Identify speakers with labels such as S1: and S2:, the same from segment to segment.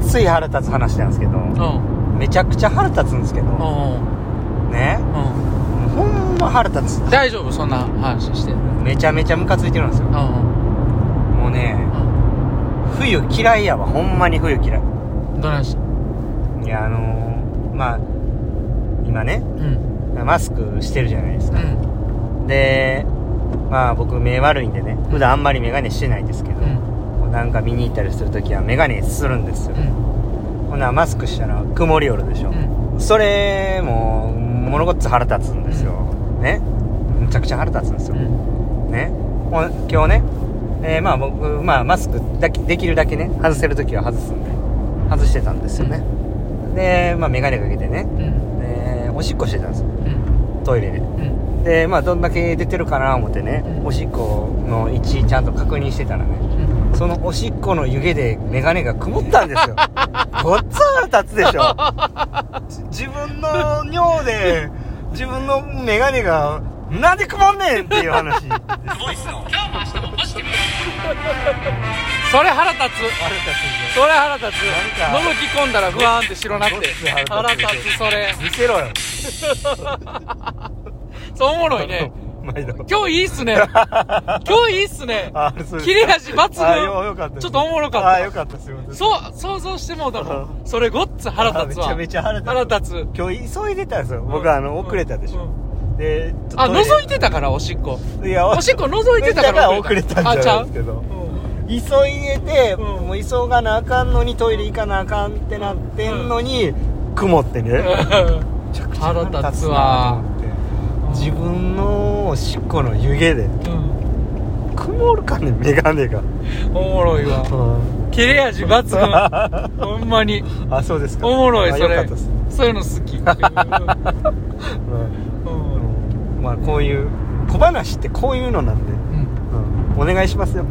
S1: つい腹立つ話なんですけど、
S2: うん
S1: めちゃくちゃ腹立つんですけど、
S2: うんうん
S1: ね、
S2: うん
S1: ほんま腹立つ。
S2: 大丈夫そんな話してうん
S1: めちゃめちゃムカついてるんですよ。
S2: うん
S1: もうね、
S2: う
S1: 冬嫌いやわ。ほんまに冬嫌い。
S2: んどないし
S1: いや、あのー、まあ、今ね、
S2: うん
S1: マスクしてるじゃないです
S2: う
S1: か。
S2: ん
S1: で、まあ僕目悪いんでね、普段あんまりメガネしてないんですけど、
S2: うん
S1: こうなんか見に行ったりするときはメガネするんですよ。
S2: うん
S1: ほなマスクしたら曇り夜でしょ。
S2: うん
S1: それも物ごっつ腹立つんですよ、ねむちゃくちゃ腹立つんですよ、
S2: うん
S1: ねもう今日ね、えーまあ僕、まあ、マスクだけできるだけね外せる時は外すんで外してたんですよね、で、まあ、眼鏡かけてね、
S2: うん
S1: えーおしっこしてたんですよ
S2: うん
S1: トイレで
S2: うん
S1: でまあどんだけ出てるかな思ってね、
S2: うん
S1: おしっこの位置ちゃんと確認してたらねそのおしっこの湯気で眼鏡が曇ったんです よごっつ腹立つでしょ 自分の尿で自分の眼鏡がなんで曇んねんっていう 話ボイスの
S2: それ腹立
S1: 腹立
S2: つ
S1: つ
S2: それ腹立つ
S1: なんか
S2: のぞき込んだらふわーんって白なって
S1: ごっつ腹立つ
S2: 腹立つそ れ
S1: 見せろよ
S2: そうおもろいね
S1: 毎度
S2: 今日いいっすね今日いいっすね
S1: あそうです
S2: 切れ味抜群
S1: あよよかったです
S2: ちょっとおもろかった
S1: あよかったですよ
S2: そう想像してもうたも んそれごっつ腹立つわ
S1: あめちゃめちゃ
S2: 腹
S1: 腹立
S2: 立つ
S1: 今日急いでたんですよ、
S2: うん
S1: 僕あの遅れたでし
S2: う
S1: ょ、
S2: ん
S1: でちょ
S2: あ
S1: っとトイレ
S2: 覗いてたからおしっこ
S1: いや
S2: おしっこ覗いてたから
S1: 遅れたんじゃないですけど
S2: あちゃう
S1: 急いでて、
S2: うん
S1: もう急がなあかんのにトイレ行かなあかんってなってんのに、曇ってね、
S2: うん
S1: めちゃくちゃ
S2: 腹立つわ
S1: 腹立つなと思って 自分のおしっこの湯気で
S2: うん
S1: 曇るかね眼鏡が、
S2: おもろいわ切れ味 抜群ほんまに
S1: うんあそうですか
S2: おもろい
S1: あ
S2: そ
S1: よか
S2: れ
S1: ったです、
S2: そういうの好きう
S1: うん
S2: ん
S1: うんまあこういう小話ってこういうのなんで、
S2: うん
S1: うんお願いしますよ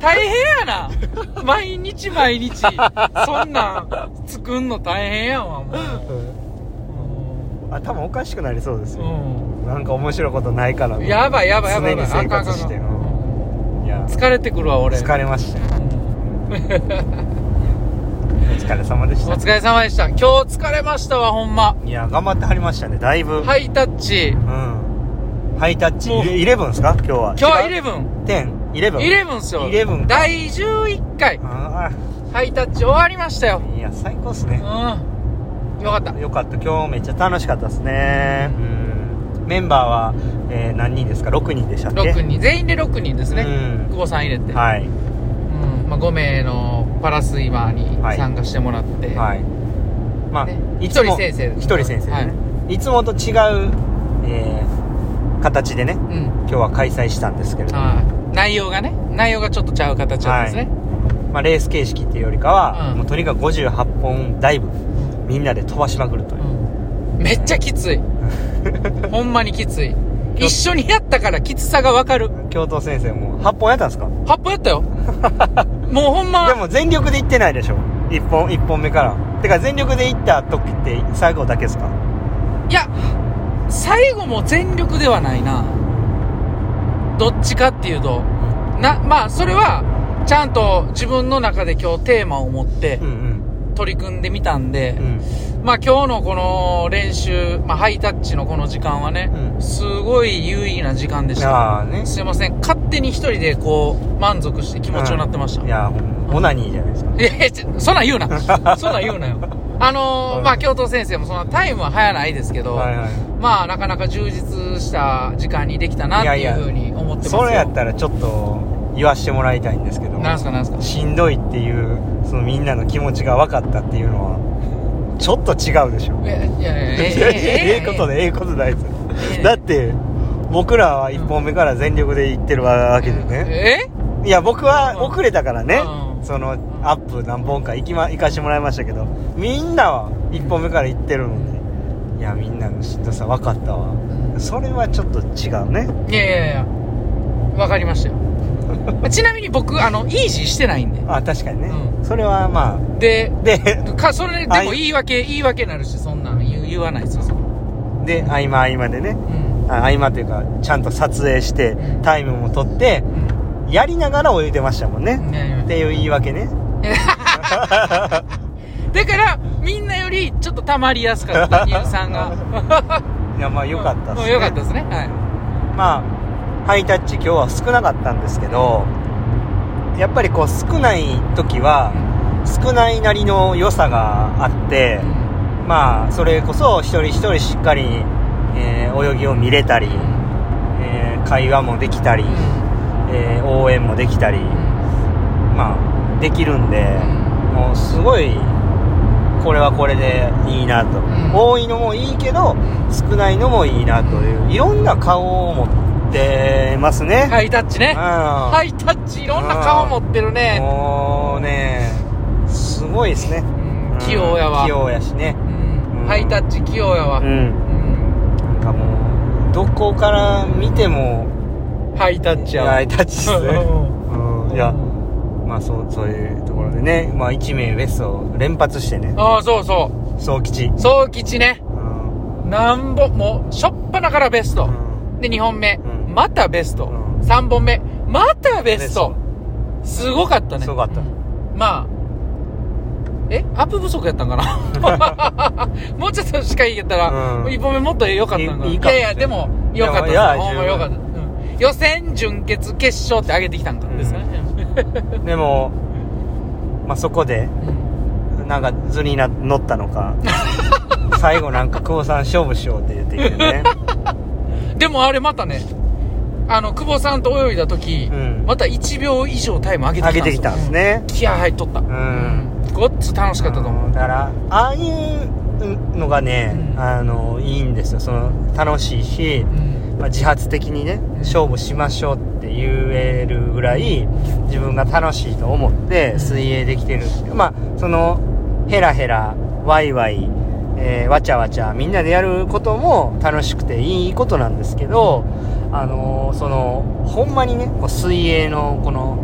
S2: 大変やな毎日毎日そんなん作んの大変やわも
S1: うん頭おかしくなりそうです
S2: うう
S1: よ、
S2: ん
S1: なんか面白いことないから
S2: うんやばいやばいやばい
S1: 常に
S2: やばい
S1: 生活して
S2: あかんあ
S1: うん
S2: かん
S1: いや
S2: 疲れてくるわ俺
S1: 疲れましたよお疲れ様でし
S2: お
S1: た
S2: 疲れ様でした今日疲れましたわほんま
S1: いや頑張ってはりましたねだいぶ
S2: ハイタッチ
S1: うんハイタッチ
S2: もう
S1: イレブンですか今日は
S2: 今日は
S1: 違う
S2: 11
S1: 10イレブン
S2: イレブンっすよ
S1: イレブン
S2: 第11回
S1: あ
S2: ハイタッチ終わりましたよ
S1: あいや最高っす
S2: うん
S1: ね
S2: よかった
S1: よかった今日めっちゃ楽しかったですねうんメンバーは、えー何人ですか6人でしたっけ
S2: 6人全員で6人ですね
S1: うん
S2: 久保さん入れて、
S1: はい
S2: うんまあ、5名のパラスイマーに
S1: はい
S2: 参加してもらって、
S1: はいまあ、
S2: ね
S1: いつも
S2: 一人先生です
S1: 一人先生でね、い、つもと違う、えー形でね
S2: うん
S1: 今日は開催したんですけれども
S2: はい内容がね内容がちょっとちゃう形なんですね、
S1: まあ、レース形式っていうよりかは、
S2: うん
S1: もうとにかく58本ダイブみんなで飛ばしまくるという、
S2: うんめっちゃき ついほんまにきつい一緒にやったからきつさがわかる
S1: 教頭先生も8本やったんですか、
S2: 8本やったよ もうほんま
S1: でも全力で行ってないでしょ1本1本目からてか全力で行った時って最後だけですか
S2: いや最後も全力ではないなどっちかっていうとなまあそれはちゃんと自分の中で今日テーマを持って
S1: うんうん
S2: 取り組んでみたんで、
S1: うん
S2: まあ今日のこの練習、まあ、ハイタッチのこの時間はね、
S1: うん
S2: すごい有意義な時間でした
S1: ああね
S2: すいません勝手に一人でこう満足して気持ちようになってました、
S1: いやほんオナニーじゃないですか
S2: いやいやちょそんなん言うなそんなん言うなよあのー
S1: うん
S2: まあ教頭先生もそんなタイムは早ないですけど、
S1: はいはい
S2: まあなかなか充実した時間にできたなって
S1: い
S2: い
S1: や
S2: う
S1: いや
S2: ふうに思ってますよ
S1: それやったらちょっと言わしてもらいたいんですけど
S2: なんすかなんすか
S1: しんどいっていうそのみんなの気持ちが分かったっていうのはちょっと違うでしょ
S2: いやいやいや
S1: ええことでええことないです
S2: ええ
S1: だってことないですだって僕らは1本目から全力でいってるわけでね
S2: え
S1: いや僕は遅れたからね
S2: うん
S1: そのアップ何本か行き、ま、行かしてもらいましたけどみんなは1本目から行ってるのにいやみんなのしんどさ分かったわそれはちょっと違うね
S2: いやいやいやわかりましたよちなみに僕あのイージーしてないんで
S1: あ確かにね、
S2: う
S1: それはま
S2: で
S1: あで
S2: かそれで
S1: はい
S2: も言い訳言い訳になるしそんなん言う言わないですよそこ
S1: で合間合間でね
S2: うん
S1: あ合間というかちゃんと撮影して
S2: うん
S1: タイムも取って
S2: うん
S1: やりながら泳いでましたもんね。
S2: ね
S1: っていう言い訳ね。
S2: だから、みんなよりちょっと溜まりやすかった、ニューさんが。
S1: いや、まあ良かったっす
S2: うん
S1: ね。
S2: よかったですね。は
S1: まあ、ハイタッチ今日は少なかったんですけど、やっぱりこう少ない時は、少ないなりの良さがあって、まあ、それこそ一人一人しっかり、えー泳ぎを見れたり、えー会話もできたり、えー応援もできたり、まあ、できるんで、もうすごい、これはこれでいいなと。
S2: ん
S1: 多いのもいいけど、少ないのもいいなという、いろんな顔を持ってますね。
S2: ハイタッチね。ハ
S1: は
S2: イタッチ、いろんな顔持ってるね。
S1: もうね、すごいですね。
S2: うん器用やわ
S1: 器。用やしね。
S2: うんハイタッチ器用やわ
S1: う。ん。
S2: うん
S1: なんかもう、どこから見ても、
S2: ハイタッチやわ。
S1: ハイタッチっすね
S2: う
S1: うん、
S2: ん
S1: いや、まあそう、そういうところでね、まあ1名ウエストを連発してね、
S2: ああ、そうそう。
S1: 総吉。
S2: 総吉ね。
S1: うん。
S2: なんぼ、もう、しょっぱなからベスト。で、2本目。
S1: うん
S2: またベスト。
S1: うん
S2: 3本目。またベスト
S1: ベ。
S2: すごかったね
S1: す。ごかった。
S2: まあ、えアップ不足やったん かなもうちょっとしかいけたら、
S1: うん
S2: 一本目もっと良かったんかない
S1: いい
S2: い
S1: かも
S2: やいや、でも、良かったで
S1: い
S2: す
S1: やいや
S2: ほんま良かった。うん予選、準決、決勝って上げてきたんかですね。
S1: でも、まあそこで、なんか図にな乗ったの か、最後なんか久保さん勝負しようって言ってきて ね。
S2: でもあれまたね、あの、久保さんと泳いだ時、
S1: うん
S2: また1秒以上タイム上げてきた
S1: 上げてきたんですね。
S2: 気合入っとった。
S1: ん
S2: ごっつ楽しかったと思う。
S1: だから、ああいうのがね、
S2: うん
S1: あの、いいんですよ。その、楽しいし、
S2: うん
S1: まあ、自発的にね、勝負しましょうって言えるぐらい自分が楽しいと思って水泳できてるまあそのヘラヘラワイワイ、えーわちゃわちゃみんなでやることも楽しくていいことなんですけどあのーそのほんまにねこう水泳のこの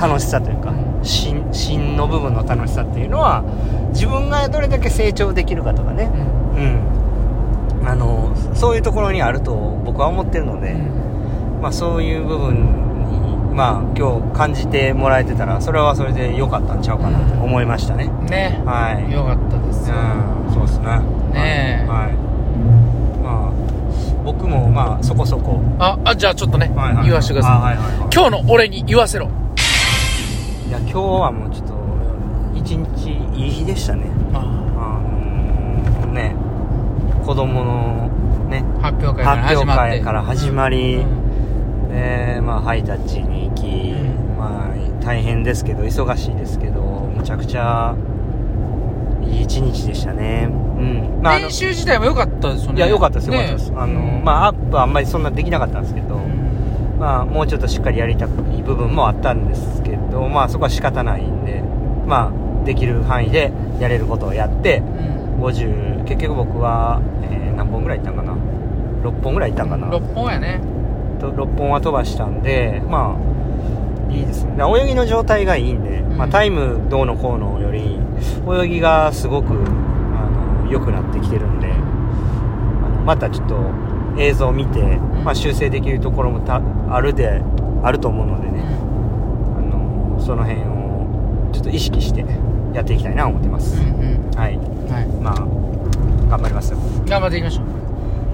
S1: 楽しさというか芯芯の部分の楽しさっていうのは自分がどれだけ成長できるかとかね
S2: うん
S1: うん、あのそういうところにあると僕は思ってるので、まあ、そういう部分に、まあ、今日感じてもらえてたらそれはそれで良かったんちゃうかなと思いましたね、
S2: ね、
S1: はい
S2: 良かったですよ。
S1: うんそうですね
S2: ねえ
S1: はい、はいまあ僕もまあそこそこ、
S2: あ、あ、じゃあちょっとね、
S1: はいはい
S2: 言わしてください
S1: あ。はいはいはい
S2: 今日の俺に言わせろ。
S1: いや今日はもうちょっと一日いい日でしたねあのね子供のね
S2: 発表会から
S1: 発
S2: 始
S1: 表
S2: まって。
S1: 会から始まり、
S2: うん
S1: えーまあ、ハイタッチに行き、
S2: うん
S1: まあ、大変ですけど忙しいですけどむちゃくちゃいい一日でしたね、うんまああの
S2: 練習自体も良かったですよね。
S1: いや良かったです良かったです、
S2: ね
S1: あのまあ、アップはあんまりそんなできなかったんですけど、
S2: うん
S1: まあ、もうちょっとしっかりやりたい部分もあったんですけど、まあ、そこは仕方ないんで、まあ、できる範囲でやれることをやって
S2: うん
S1: 50結局僕は、えー何本ぐらいいったんかな6本ぐらいいったんかな
S2: 6本やね。
S1: と6本は飛ばしたんでまあいいですねだから泳ぎの状態がいいんで、
S2: ん
S1: まあ、タイムどうのこうのより泳ぎがすごくあの良くなってきてるんであのまたちょっと映像を見て、まあ、修正できるところもたあるであると思うので
S2: う
S1: ね
S2: ん
S1: あのその辺をちょっと意識してやっていきたいなと思ってます、
S2: うん
S1: はい
S2: うんはい。
S1: まあ頑張りますよ
S2: 頑張っていきましょう。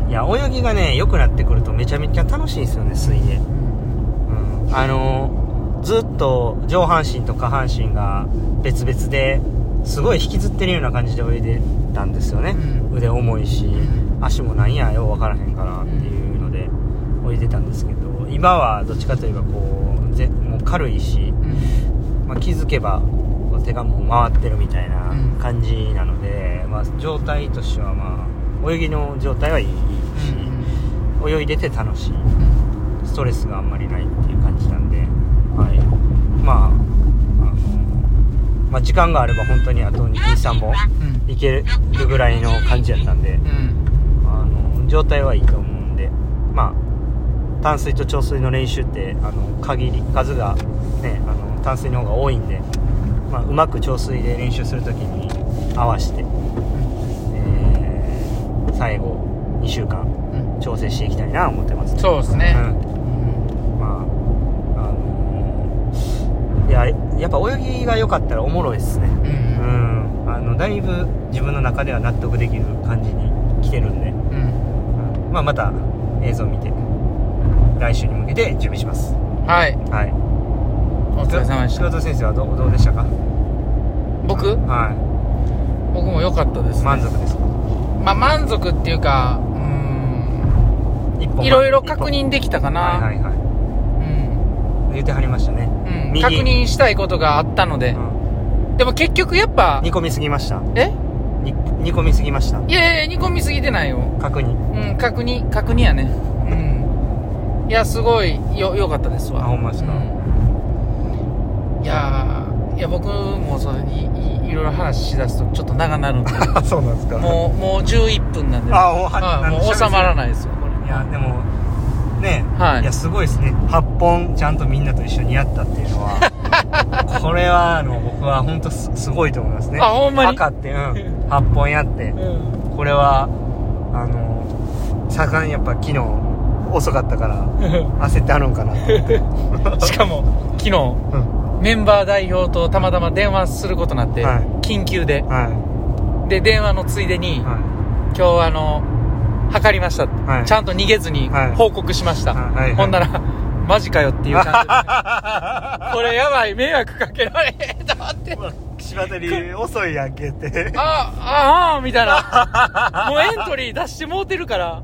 S1: いや泳ぎがね良くなってくるとめちゃめちゃ楽しいんですよね水泳うんあのずっと上半身と下半身が別々ですごい引きずってるような感じで泳いでたんですよね、
S2: う
S1: 腕重いし
S2: う
S1: 足もなんやよう分からへんからっていうので泳いでたんですけど今はどっちかといえばこうぜもう軽いし、
S2: うん
S1: まあ、気づけばこう手がもう回ってるみたいな
S2: うん
S1: 感じなので、まあ、状態としてはまあ泳ぎの状態はいいし、泳いでて楽しいストレスがあんまりないっていう感じなんで、はい、まああの、まあ、時間があれば本当にあと23本
S2: うん
S1: いけるぐらいの感じやったんで
S2: うんう
S1: あ
S2: ん
S1: の状態はいいと思うんでまあ淡水と潮水の練習ってあの限り数がねあの淡水の方が多いんで、まあ、うまく潮水で練習するときに合わせて、えー最後2週間
S2: うん
S1: 調整していきたいなと思ってます
S2: そうですね。
S1: うんまあ、あのいややっぱ泳ぎが良かったらおもろいっすね
S2: うんう
S1: うんんあのだいぶ自分の中では納得できる感じに来てるんで、
S2: うん
S1: うんまあまた映像見て来週に向けて準備します
S2: はい
S1: はい
S2: お疲れ様でした
S1: 黒田先生はどうどうでしたか
S2: 僕
S1: は
S2: 僕も良かったです、
S1: い満足です
S2: まあ満足っていうかうー
S1: 一本
S2: ん
S1: 満
S2: いろいろ確
S1: 一
S2: 認できたか
S1: 本はいは
S2: ない
S1: は
S2: うん
S1: い言ってはりましたね
S2: うん
S1: 右
S2: 確認したいことがあったので、
S1: うん
S2: でも結局やっぱ
S1: 煮込みすぎました
S2: え
S1: に煮込みすぎました
S2: いやいや煮込みすぎてないよ
S1: 確 認
S2: うん確認確認やねうんいやすごいよ良かったですわ
S1: あほんまですか
S2: うんいやーいや僕もそういいいろいろ話しだすとちょっと長なるんで
S1: あそうなんですか
S2: もうもう11分なんで
S1: あもうは
S2: はいもう収まらないですよこれ
S1: いやでもね
S2: はい
S1: いやすごいですね8本ちゃんとみんなと一緒にやったっていうのは これはあの僕は本当すすごいと思いますね
S2: あほんまに
S1: 測ってうん8本やって
S2: うん
S1: これはあのさかんやっぱ昨日遅かったから焦ってあるんかなと思って、
S2: しかも昨日
S1: うん
S2: メンバー代表とたまたま電話することになって、
S1: はい
S2: 緊急で
S1: は
S2: で電話のついで
S1: い
S2: に、
S1: は
S2: 今日あの測りました、
S1: はい
S2: ちゃんと逃げずに
S1: はい
S2: 報告しました、
S1: はいはいはい
S2: ほんならマジかよっていう感じ
S1: い
S2: で これやばい迷惑かけられへんと思って
S1: うわ柴田理遅いやんけって
S2: ああああみたいなもうエントリー出してもうてるから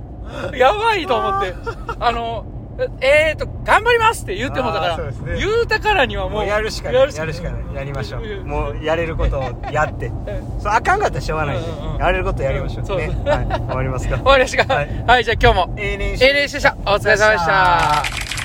S2: やばいと思ってあのええー、と頑張りますって言ってもだか
S1: あーそう
S2: ら
S1: ですね
S2: 言うたからにはもう
S1: もうやるしかない
S2: や
S1: や
S2: る
S1: る
S2: し
S1: し
S2: か
S1: か
S2: ない
S1: ないやりましょ
S2: うんう
S1: うんもうやれることをやって
S2: うん
S1: そうあかんかったらしょうがないし、
S2: うんうんうん
S1: やれることやりましょう、
S2: そう
S1: ねはい終わりますか
S2: 終わりですかは
S1: はいい、
S2: じゃあ今日も
S1: ええ練
S2: ええ練習でしたお疲れ様でした